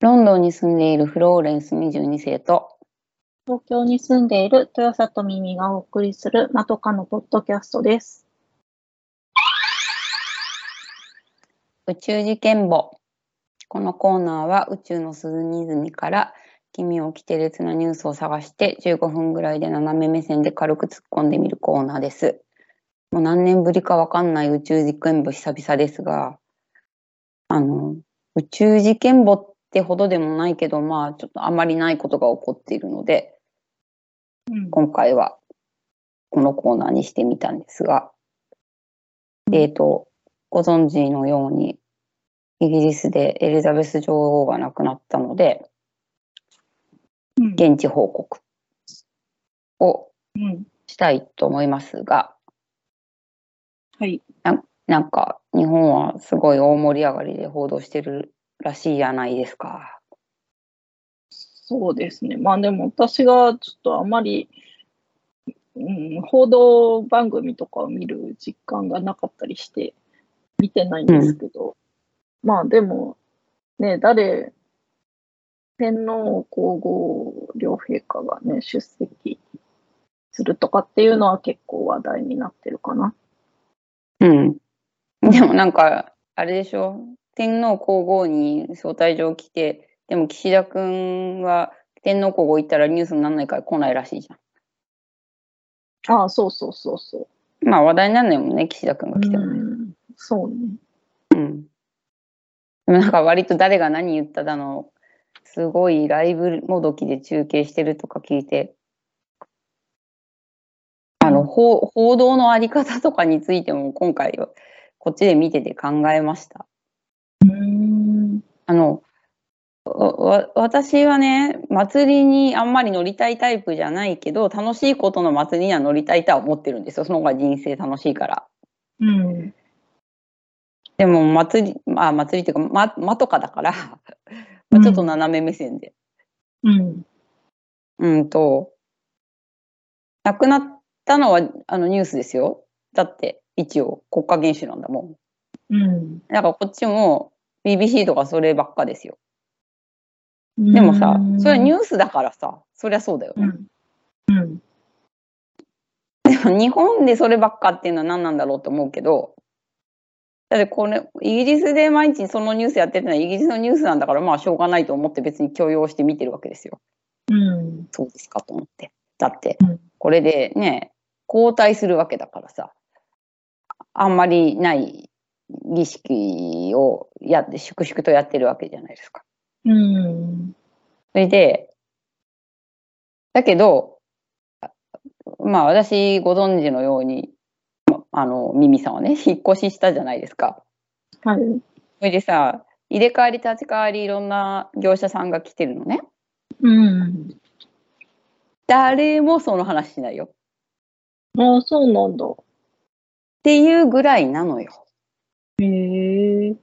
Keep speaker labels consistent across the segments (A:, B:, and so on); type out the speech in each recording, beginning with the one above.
A: ロンドンに住んでいるフローレンス22世と、
B: 東京に住んでいる豊里耳がお送りするまとかのポッドキャストです。
A: 宇宙事件簿。このコーナーは宇宙の隅々から君を着て列なニュースを探して15分ぐらいで斜め目線で軽く突っ込んでみるコーナーです。もう何年ぶりかわかんない宇宙事件簿久々ですが、あの、宇宙事件簿ってほどでもないけど、まあちょっとあまりないことが起こっているので、
B: うん
A: 今回はこのコーナーにしてみたんですが、えっと、ご存知のように、イギリスでエリザベス女王が亡くなったので、
B: うん
A: 現地報告を
B: うん
A: したいと思いますが、
B: はい。
A: なんか日本はすごい大盛り上がりで報道してるらしいじゃないですか。
B: そうですね。まあでも私がちょっとあまり、うん、報道番組とかを見る実感がなかったりして、見てないんですけど、まあでも、ね、誰、天皇皇后両陛下がね、出席するとかっていうのは結構話題になってるかな。
A: うん。でもなんか、あれでしょ天皇皇后に招待状来て、でも岸田君は天皇皇后行ったらニュースにならないから来ないらしいじゃ
B: ああ、そうそうそうそ
A: ん。
B: う。
A: まあ話題にならないもんね、岸田君が来てもね。
B: うん、そうね。
A: うん。でもなんか割と誰が何言っただの、すごいライブもどきで中継してるとか聞いて、あの、報報道のあり方とかについても今回はこっちで見てて考えました。
B: うん。
A: あの、わわ私はね、祭りにあんまり乗りたいタイプじゃないけど、楽しいことの祭りには乗りたいとは思ってるんですよ。その方が人生楽しいから。
B: うん。
A: でも祭り、まあ祭りっていうか、ま、まとかだから、まあちょっと斜め目線で。
B: うん。
A: うん、と、亡くなったのはあのニュースですよ。だって、一応国家元首なんだも
B: うん。
A: ん。だからこっちも BBC とかそればっかですよ。でもさ、それはニュースだからさ、そりゃそうだよね。
B: うん。うん。
A: 日本でそればっかっていうのは何なんだろうと思うけど、だってこれ、イギリスで毎日そのニュースやってるのはイギリスのニュースなんだから、まあしょうがないと思って別に許容して見てるわけですよ。
B: うん。
A: そうですかと思って。だって
B: うん、
A: これでね、交代するわけだからさ、あんまりない儀式をやって、粛々とやってるわけじゃないですか。
B: うん。
A: それで、だけど、あまあ私ご存知のように、まあの、ミミさんはね、引っ越ししたじゃないですか。
B: はい。
A: それでさ、入れ替わり立ち替わりいろんな業者さんが来てるのね。
B: うん。
A: 誰もその話しないよ。っ
B: ああ、そうなんだ。
A: ていうぐらいなのよ。
B: へえ。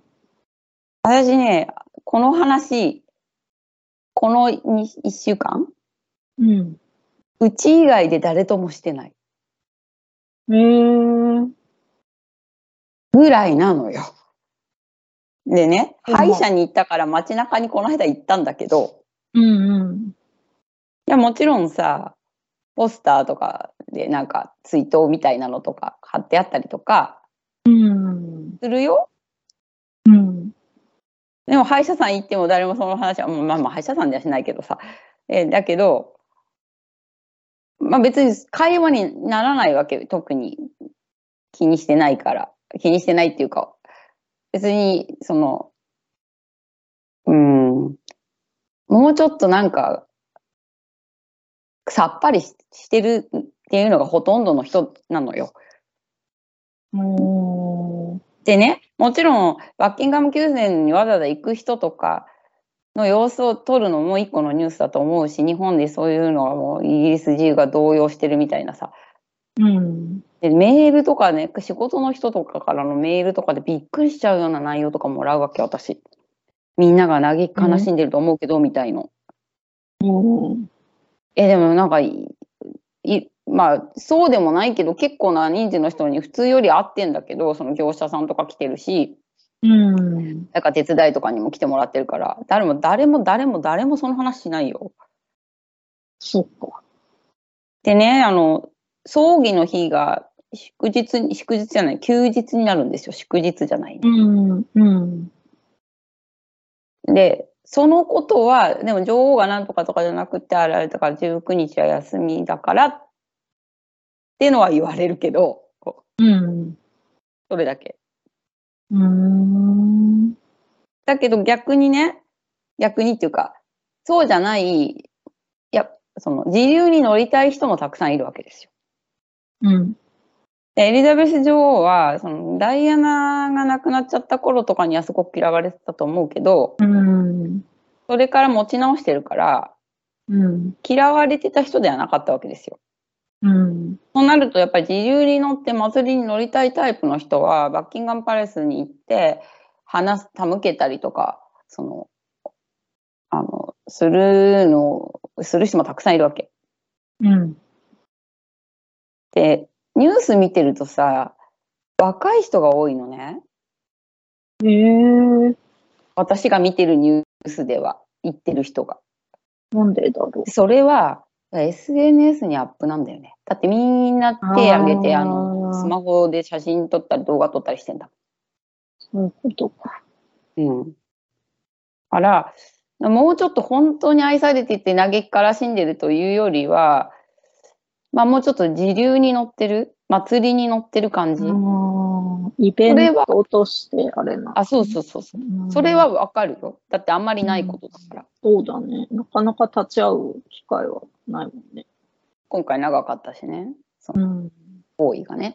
A: 私ね、この話、この1週間、
B: うん。
A: うち以外で誰ともしてない
B: へえ。
A: ぐらいなのよ。でね、
B: うん
A: 歯医者に行ったから街中にこの間行ったんだけど、
B: うん
A: いやもちろんさ、ポスターとかでなんか追悼みたいなのとか貼ってあったりとか
B: うん。うん。
A: するよ。
B: うん。
A: でも歯医者さん行っても誰もその話は、もうまあまあ歯医者さんじゃしないけどさ。えーだけど、まあ別に会話にならないわけよ、特に気にしてないから。気にしてないっていうか、別に、その、うーん、もうちょっとなんか、さっぱりししてるっていうのがほとんどの人なのよ。
B: おー
A: でね、もちろんバッキンガム宮殿にわざわざ行く人とかの様子を撮るのも一個のニュースだと思うし、日本でそういうのはもうイギリス人が動揺してるみたいなさ。
B: うん。
A: で、メールとかね、仕事の人とかからのメールとかでびっくりしちゃうような内容とかもらうわけ、私。みんなが嘆き悲しんでると思うけど、みたいの。
B: うん。
A: え、でもなんかい、いまあ、そうでもないけど、結構な人数の人に普通より会ってんだけど、その業者さんとか来てるし、
B: うん。
A: なんか手伝いとかにも来てもらってるから、誰も誰も誰も誰もその話しないよ。
B: そっか。
A: でね、あの、葬儀の日が祝日に、祝日じゃない、休日になるんですよ。祝日じゃない。
B: うん。うん。
A: で、そのことは、でも女王がなんとかとかじゃなくて、あれあれだから19日は休みだからってのは言われるけど、こう
B: うん。
A: それだけ。
B: うん。
A: だけど逆にね、逆にっていうか、そうじゃない、いや、その自由に乗りたい人もたくさんいるわけですよ。
B: うん。
A: でエリザベス女王は、そのダイアナが亡くなっちゃった頃とかにはすごく嫌われてたと思うけど、
B: うん。
A: それから持ち直してるから、
B: うん。
A: 嫌われてた人ではなかったわけですよ。
B: うん。
A: となるとやっぱり自由に乗って祭りに乗りたいタイプの人はバッキンガムパレスに行って話す手向けたりとかそのあのするのする人もたくさんいるわけ。
B: うん。
A: でニュース見てるとさ若い人が多いのね
B: ええ
A: 私が見てるニュースでは言ってる人が。
B: なんでだろ
A: それは SNS にアップなんだよね。だってみんな手挙げて
B: あー
A: あのスマホで写真撮ったり動画撮ったりしてんだ
B: う。そういうことか。
A: うん。あら、もうちょっと本当に愛されてて嘆きから死んでるというよりは、まあもうちょっと時流に乗ってる、祭りに乗ってる感じ。
B: ああ、イベントとしてあれな。
A: あ、そうそうそうそう。
B: うん
A: それはわかるよ。だってあんまりないことだから。
B: そうだね。なかなか立ち会う機会はないもんね。
A: 今回長かったしね、
B: うん。
A: 行為がね。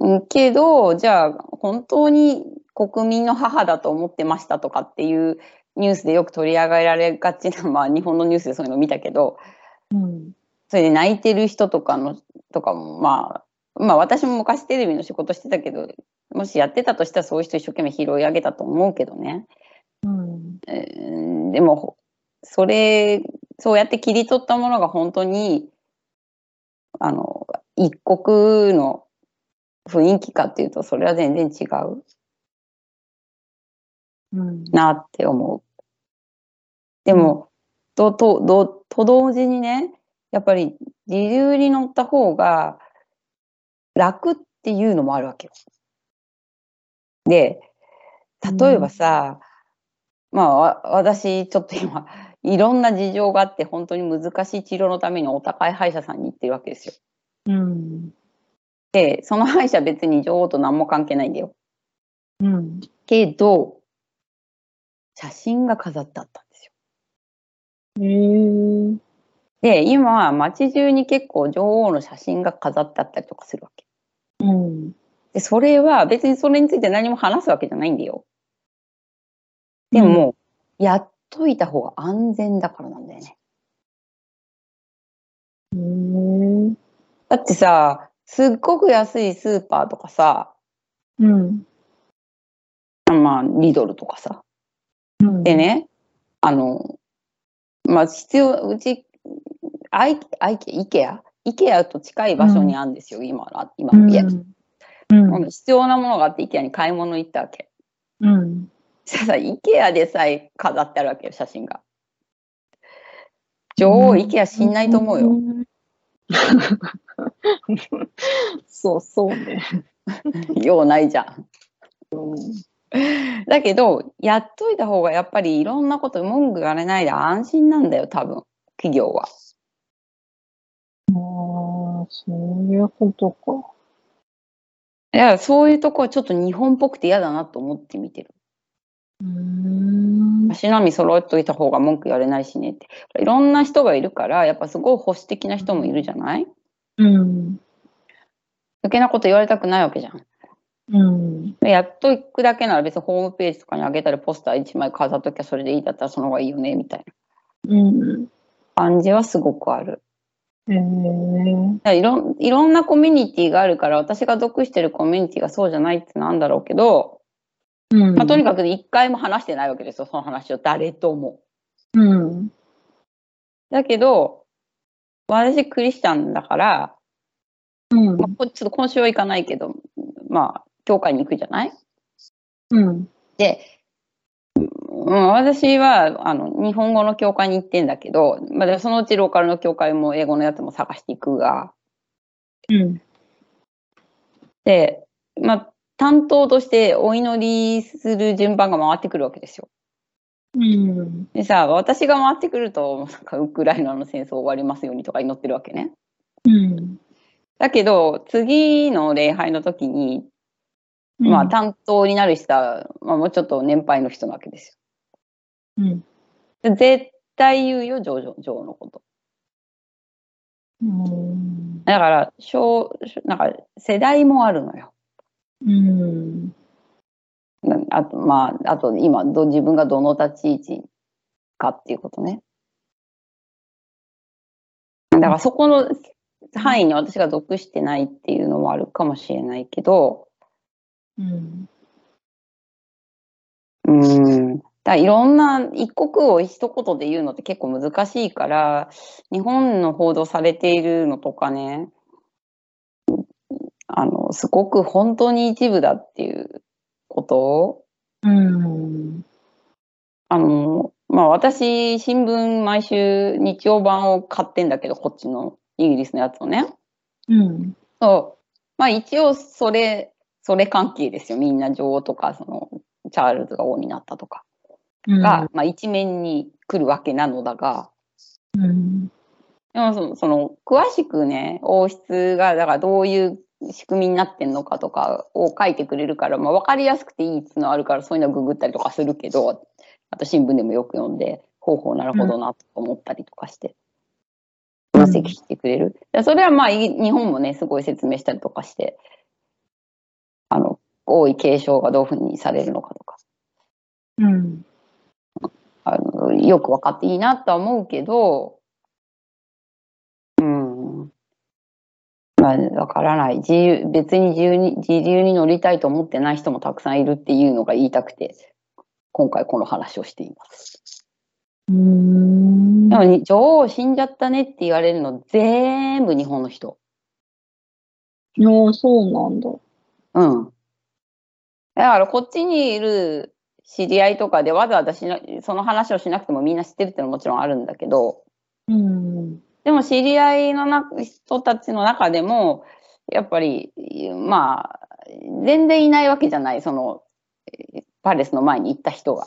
A: うんけど、じゃあ本当に国民の母だと思ってましたとかっていうニュースでよく取り上げられがちな、まあ日本のニュースでそういうの見たけど、
B: うん。
A: それで泣いてる人とかのとかもまあまあ私も昔テレビの仕事してたけどもしやってたとしたらそういう人一生懸命拾い上げたと思うけどね、
B: うん。
A: えーでもほそれそうやって切り取ったものが本当にあの一国の雰囲気かっていうとそれは全然違う
B: うん。
A: なって思う。でも、と、と、と、と同時にね、やっぱり自流に乗った方が楽っていうのもあるわけよ。で、例えばさ、まあわ、私、ちょっと今、いろんな事情があって、本当に難しい治療のためにお高い歯医者さんに行ってるわけですよ。
B: うん。
A: で、その歯医者別に女王と何も関係ないんだよ。
B: うん。
A: けど、写真が飾ってあったんですよ。
B: ええ
A: で、今、街中に結構女王の写真が飾ってあったりとかするわけ。
B: うん。
A: で、それは別にそれについて何も話すわけじゃないんだよ。でも、やっといた方が安全だからなんだよね。
B: うん。
A: だってさ、すっごく安いスーパーとかさ、
B: うん。
A: まあ、リドルとかさ。
B: うん。
A: で。ね、あの、まあ、必要、うち、アイアイケ、イケアイケアと近い場所にあるんですよ、今ら、今、
B: うん。
A: いや、
B: うん。
A: 必要なものがあって、イケアに買い物行ったわけ。
B: うん。
A: ささ、イケアでさえ飾ってあるわけよ、写真が。女王、イケア死んないと思うよ。
B: よ。そうそうね。
A: 用ないじゃん。だけど、やっといた方がやっぱりいろんなこと文句がれないで安心なんだよ、多分、企業は。
B: ああ、そういうことか。
A: いや、そういうとこはちょっと日本っぽくて嫌だなと思って見てる。
B: うん。
A: 足並み揃えといた方が文句言われないしねって。いろんな人がいるから、やっぱすごい保守的な人もいるじゃない
B: うん。
A: 余計なこと言われたくないわけじゃん。
B: うん。
A: やっと行くだけなら別にホームページとかに上げたりポスター1枚飾っときゃそれでいいだったらその方がいいよねみたいな
B: うん。
A: 感じはすごくある。
B: ええー。
A: だからいろんいろんなコミュニティがあるから私が属してるコミュニティがそうじゃないってなんだろうけど、
B: うん。
A: まあ、とにかく一回も話してないわけですよその話を誰とも。
B: うん。
A: だけど私クリスチャンだから、
B: うん
A: まあ。こちょっと今週は行かないけどまあ教会に行くじゃない
B: うん。
A: で、うん、私はあの日本語の教会に行ってんだけど、まあ、でもそのうちローカルの教会も英語のやつも探していくが、
B: うん。
A: で、まあ、担当としてお祈りする順番が回ってくるわけですよ。
B: うん。
A: でさ、私が回ってくると、なんかウクライナの戦争終わりますようにとか祈ってるわけね。
B: うん。
A: だけど、次の礼拝の時に、まあ、担当になる人は、まあ、もうちょっと年配の人なわけです
B: うん。
A: よ。絶対言うよ、女王女王のこと。
B: うん。
A: だから、小、なんか、世代もあるのよ。
B: うん。
A: なあと、まあ、あと、今ど、自分がどの立ち位置かっていうことね。だから、そこの範囲に私が属してないっていうのもあるかもしれないけど、
B: うん。
A: うん。だからいろんな一国を一言で言うのって結構難しいから、日本の報道されているのとかね、あの、すごく本当に一部だっていうことを、
B: うん。
A: あの、まあ私、新聞毎週日曜版を買ってんだけど、こっちのイギリスのやつをね。
B: うん。
A: そう。まあ一応それ、それ関係ですよ。みんな女王とか、その、チャールズが王になったとか。が、まあ、一面に来るわけなのだが、
B: うん。
A: でもそのその詳しくね王室がだからどういう仕組みになってんのかとかを書いてくれるから、まあ、分かりやすくていいっていうのはあるからそういうのをググったりとかするけどあと新聞でもよく読んで方法なるほどなと思ったりとかして
B: うん
A: 分析してくれる、でそれはまあい日本もねすごい説明したりとかしてあの王位継承がどういうふうにされるのかとか
B: うん。
A: あのよく分かっていいなとは思うけど、うん。まあ、わからない。自由、別に自由に、自流に乗りたいと思ってない人もたくさんいるっていうのが言いたくて、今回この話をしています。
B: うん。
A: なのに、女王死んじゃったねって言われるの、全部日本の人。
B: ああ、そうなんだ。
A: うん。だから、こっちにいる知り合いとかで、わざわざしな、その話をしなくてもみんな知ってるってのはもちろんあるんだけど、
B: うん。
A: でも知り合いのな人たちの中でもやっぱりまあ全然いないわけじゃないそのえーパレスの前に行った人が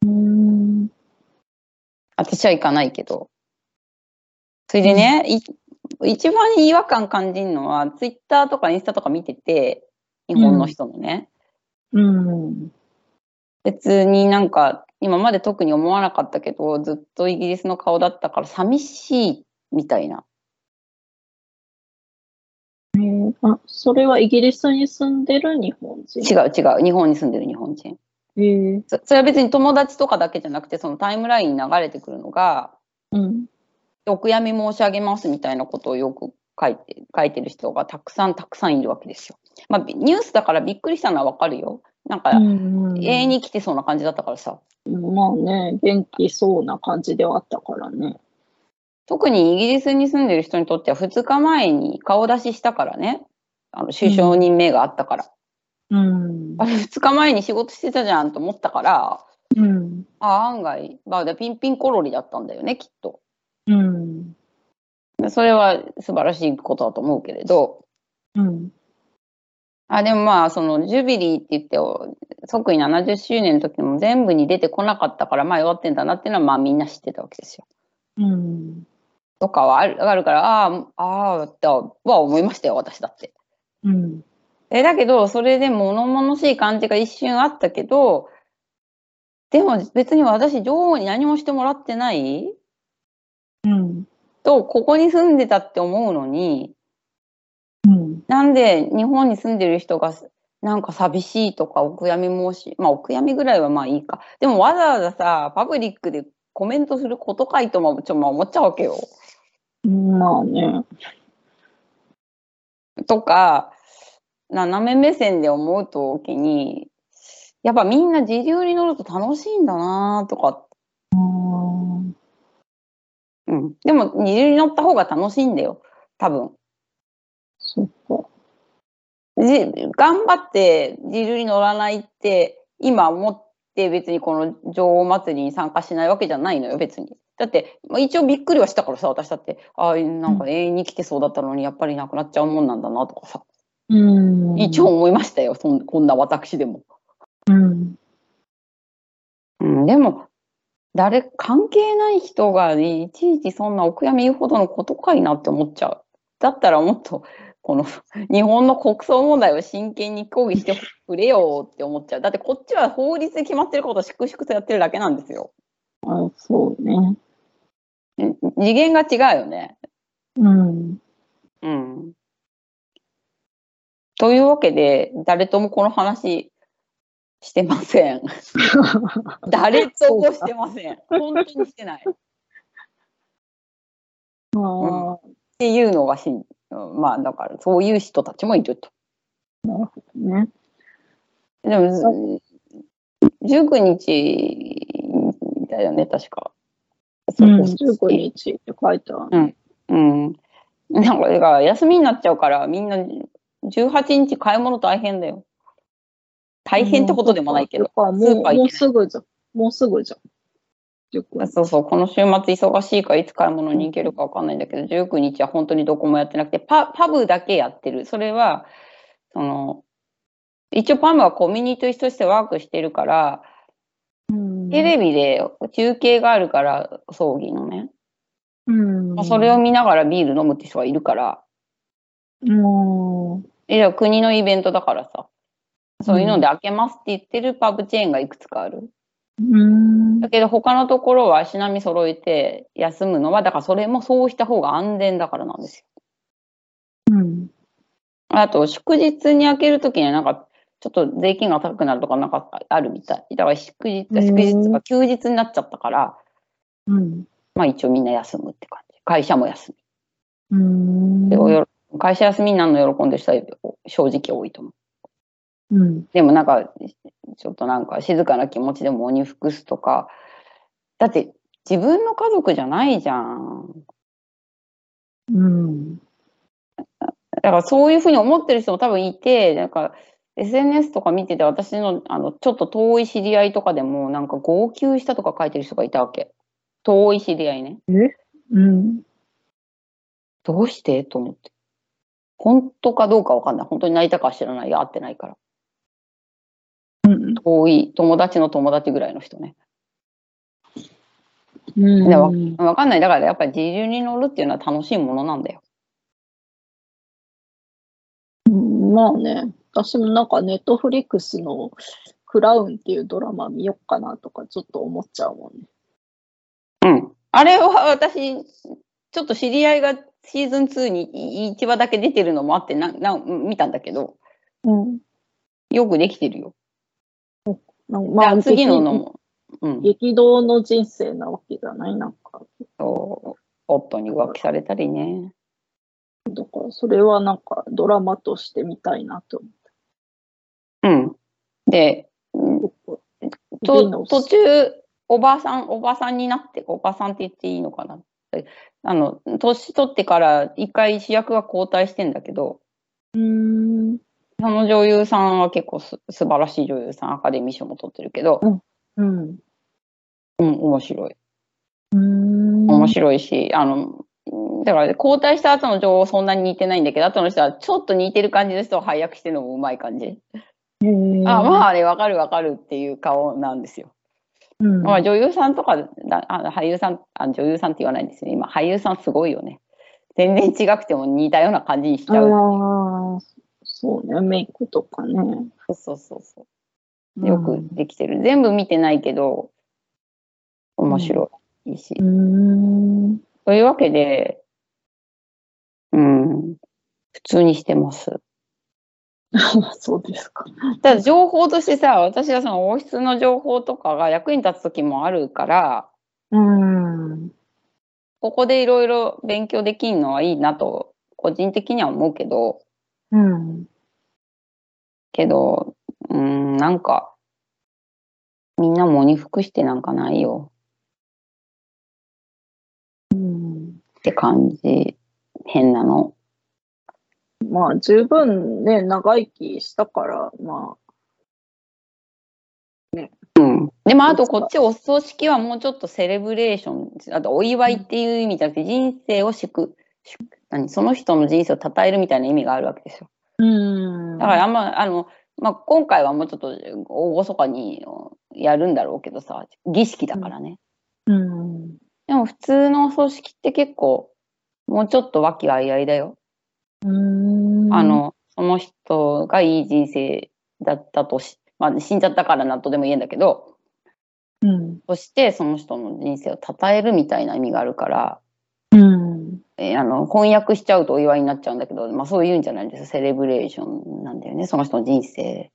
B: うん。
A: 私は行かないけどそれでね、い一番違和感感じるのはツイッターとかインスタとか見てて日本の人のね、
B: うん。
A: 別になんか今まで特に思わなかったけどずっとイギリスの顔だったから寂しいみたいな
B: あ、それはイギリスに住んでる日本人。
A: 違う違う日本に住んでる日本人
B: へえ。
A: そそれは別に友達とかだけじゃなくてそのタイムラインに流れてくるのが
B: うん。
A: 「お悔やみ申し上げます」みたいなことをよく書いて書いてる人がたくさんたくさんいるわけですよ。まあ、びニュースだからびっくりしたのはわかるよ。なんか、
B: うん
A: 永遠に来てそうな感じだったからさ。
B: まあね、元気そうな感じではあったからね。
A: 特にイギリスに住んでる人にとっては2日前に顔出ししたからね。あの首相任命があったから。
B: う ん
A: あれ2日前に仕事してたじゃんと思ったから、
B: うん。
A: あ案外、まあ、でピンピンコロリだったんだよね、きっと。
B: うん。
A: それは素晴らしいことだと思うけれど、
B: うん。
A: あでもまあ、そのジュビリーって言って、即位70周年の時も全部に出てこなかったから、まあ弱ってんだなっていうのは、まあみんな知ってたわけですよ。
B: うん。
A: とかはあるあるから、ああ、ああ、とは思いましたよ、私だって。
B: うん。
A: えだけど、それで物々しい感じが一瞬あったけど、でも別に私、女王に何もしてもらってない
B: うん。
A: と、ここに住んでたって思うのに、
B: うん。
A: なんで日本に住んでる人がなんか寂しいとかお悔やみ申し、まあお悔やみぐらいはまあいいか。でもわざわざさ、パブリックでコメントすることかいともちょっとまあ思っちゃうわけよ。
B: まあね。
A: とか、斜め目線で思うときに、やっぱみんな自流に乗ると楽しいんだなとか、
B: うん。
A: うん。でも自流に乗った方が楽しいんだよ。多分。
B: そっか。
A: じ頑張って自流に乗らないって今思って別にこの女王祭りに参加しないわけじゃないのよ別に。だって、まあ、一応びっくりはしたからさ私だってああなんか永遠に来てそうだったのにやっぱりなくなっちゃうもんなんだなとかさ、
B: うん
A: 一応、思いましたよそんこんな私でも。
B: うん。
A: うん、でも誰関係ない人がいちいちそんなお悔やみ言うほどのことかいなって思っちゃう。だったらもっとこの 日本の国葬問題を真剣に抗議してくれよって思っちゃう。だってこっちは法律で決まってることを粛々とやってるだけなんですよ。
B: あそうね。
A: うん次元が違うよね。
B: うん。
A: うん。というわけで誰ともこの話してません。誰ともしてません。本当にしてない。
B: あ
A: っていうのがしん、うんまあだからそういう人たちもいると。
B: あ、ね。
A: でも、ず19日だよね、確か。
B: うん、15日って書いてある。
A: うん。なんか、だから休みになっちゃうから、みんな18日買い物大変だよ。大変ってことでもないけど。
B: そっかも
A: スーパー行けな
B: う、
A: い
B: もうすぐじゃん。もうすぐじゃん。10個
A: そうそう、この週末忙しいからいつ買い物に行けるかわかんないんだけど、19日は本当にどこもやってなくて、パパブだけやってる。それは、その、一応パムはコミュニティとしてワークしてるから、
B: うん
A: テレビで中継があるから、葬儀のね。
B: うん
A: まあそれを見ながらビール飲むって人がいるから、
B: も
A: えじゃあ国のイベントだからさ、そういうので開けますって言ってるパブチェーンがいくつかある。
B: う、うん
A: だ。けど他のところは足並み揃えて休むのは、だからそれもそうした方が安全だからなんですよ。
B: うん。
A: あと、祝日に開けるときにはなんか、ちょっと税金が高くなるとかなんかあるみたい。だから祝日、
B: うん
A: 祝日とか休日になっちゃったから、
B: うん。
A: まあ一応みんな休むって感じ。会社も休む。
B: うん。
A: でおよろ会社休みになるの喜んでる人は正直多いと思う。
B: うん。
A: でもなんか、ちょっとなんか静かな気持ちで喪に服すとか、だって自分の家族じゃないじゃん。
B: うん。
A: だからそういうふうに思ってる人も多分いて、なんか SNS とか見てて私のあのちょっと遠い知り合いとかでもなんか号泣したとか書いてる人がいたわけ。遠い知り合いね。
B: うん。
A: どうしてと思って。本当かどうかわかんない。本当に泣いたかは知らない。会ってないから。
B: うん。
A: 遠い友達の友達ぐらいの人ね。
B: うん。
A: でわわかんない。だからやっぱり自流に乗るっていうのは楽しいものなんだよ。
B: うんまあね、私もなんかネットフリックスのクラウンっていうドラマ見よっかなとかちょっと思っちゃうもんね。
A: うん。あれは私、ちょっと知り合いがシーズン2に1話だけ出てるのもあってなな見たんだけど、
B: うん。
A: よくできてるよ。
B: ま
A: だか
B: あ、
A: ら次ののも、うん。
B: 激激動の人生なわけじゃないなんか。
A: そう夫に浮気されたりね。
B: だからそれはなんかドラマとして見たいなと
A: うん。で、うん
B: 思う。
A: と途中、おばあさん、おばさんになって、おばさんって言っていいのかな。あの、年取ってから一回主役が交代してんだけど、
B: うーん。
A: その女優さんは結構す素晴らしい女優さん、アカデミー賞も取ってるけど、
B: うん。
A: うん、面白い。
B: うん。
A: 面白いし、あの、だから交代した後の女王そんなに似てないんだけど、後の人はちょっと似てる感じの人を配役してるのもうまい感じ。
B: へー
A: あ、まああれわかるわかるっていう顔なんですよ。
B: うん
A: まあ女優さんとかだあ、俳優さんあ、女優さんって言わないんですよね。今、俳優さんすごいよね。全然違くても似たような感じにしちゃう。
B: あーそうね、メイクとかね。
A: そうそうそうそう。よくできてる。全部見てないけど、面白いし。
B: うん。 う
A: というわけで、うん、普通にしてます。
B: ーんそうですか。
A: ただ情報としてさ、私はその王室の情報とかが役に立つ時もあるから、
B: うん。
A: ここでいろいろ勉強できるのはいいなと、個人的には思うけど、
B: うん。
A: けど、うん、なんか、みんな喪に服してなんかないよ
B: うん
A: って感じ。変なの。
B: まあ、十分ね、長生きしたから、ま
A: うん、でもあとこっちお葬式はもうちょっとセレブレーションあとお祝いっていう意味じゃなくて人生を祝祝何その人の人生を称えるみたいな意味があるわけですよ
B: うん。
A: だからあんまあの、まあ、今回はもうちょっと大そかにやるんだろうけどさ儀式だからね、
B: うん。
A: でも普通のお葬式って結構もうちょっと和気あいあいだよ、
B: うん。
A: あ、のその人がいい人生だったとし、まあ、死んじゃったからなんとでも言えんだけど、
B: うん。
A: そしてその人の人生を称えるみたいな意味があるから、
B: うん。
A: えーあの翻訳しちゃうとお祝いになっちゃうんだけど、まあ、そういうんじゃないんですよセレブレーションなんだよねその人の人生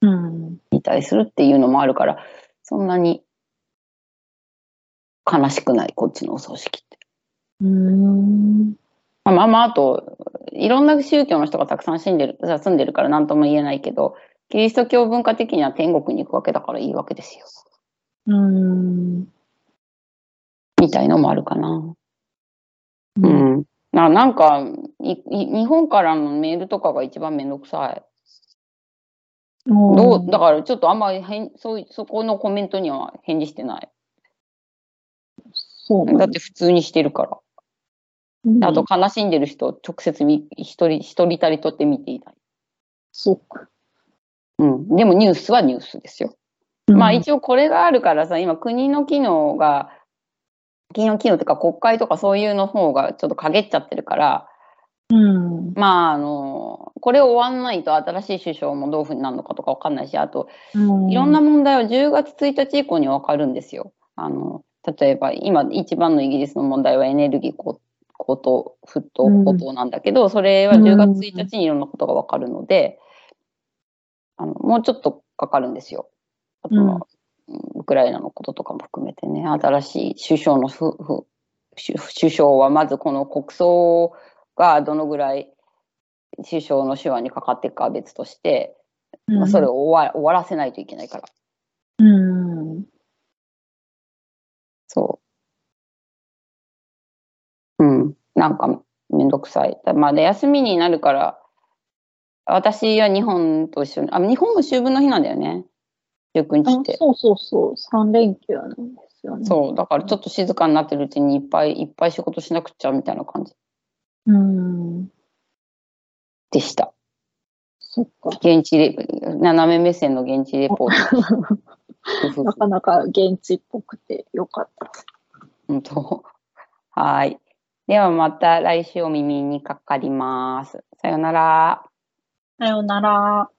B: うん。
A: に対するっていうのもあるからそんなに悲しくないこっちのお葬式って。
B: うん。
A: まあまあまあ、あといろんな宗教の人がたくさん死んでる住んでるから何とも言えないけどキリスト教文化的には天国に行くわけだからいいわけですよ
B: うん。
A: みたいのもあるかな。うん。ななんかいい日本からのメールとかが一番めんどくさい。どうだからちょっとあんまり返そういそこのコメントには返事してない。
B: そう
A: だって普通にしてるから。
B: うん
A: あと、悲しんでる人を直接み一人一人たりとって見ていない。
B: そうか。
A: うん。でもニュースはニュースですよ。まあ一応これがあるからさ、今国の機能が、国の機能とか国会とかそういうの方がちょっと陰っちゃってるから、
B: うん。
A: まああの、これ終わんないと新しい首相もどういうふうになるのかとかわかんないし、あと
B: うん。
A: いろんな問題は10月1日以降に分かるんですよ。あの例えば今一番のイギリスの問題はエネルギー高高騰、沸騰
B: うん
A: 高騰なんだけど、それは10月1日にいろんなことが分かるので、あのもうちょっとかかるんですよ。あとは、うんウクライナのこととかも含めてね、新しい首相のふふ首首相はまずこの国葬がどのぐらい首相の手腕にかかっていくかは別として、まあ、それを終わ終わらせないといけないから。
B: うん。
A: そう。うん。なんかめんどくさい。まあ、で休みになるから、私は日本と一緒に、あ、日本も秋分の日なんだよね。19日
B: あ
A: って。
B: そうそうそう。三連休なんですよね。
A: そう。だからちょっと静かになってるうちにいっぱいいっぱい仕事しなくちゃみたいな感じ
B: う。うん。
A: でした。
B: そっか。
A: 現地レ、斜め目線の現地レ ポート。ふふ
B: な
A: ふ
B: かなか現地っぽくてよかった。
A: 本当。はい。ではまた来週お耳にかかります。さようなら。
B: さようなら。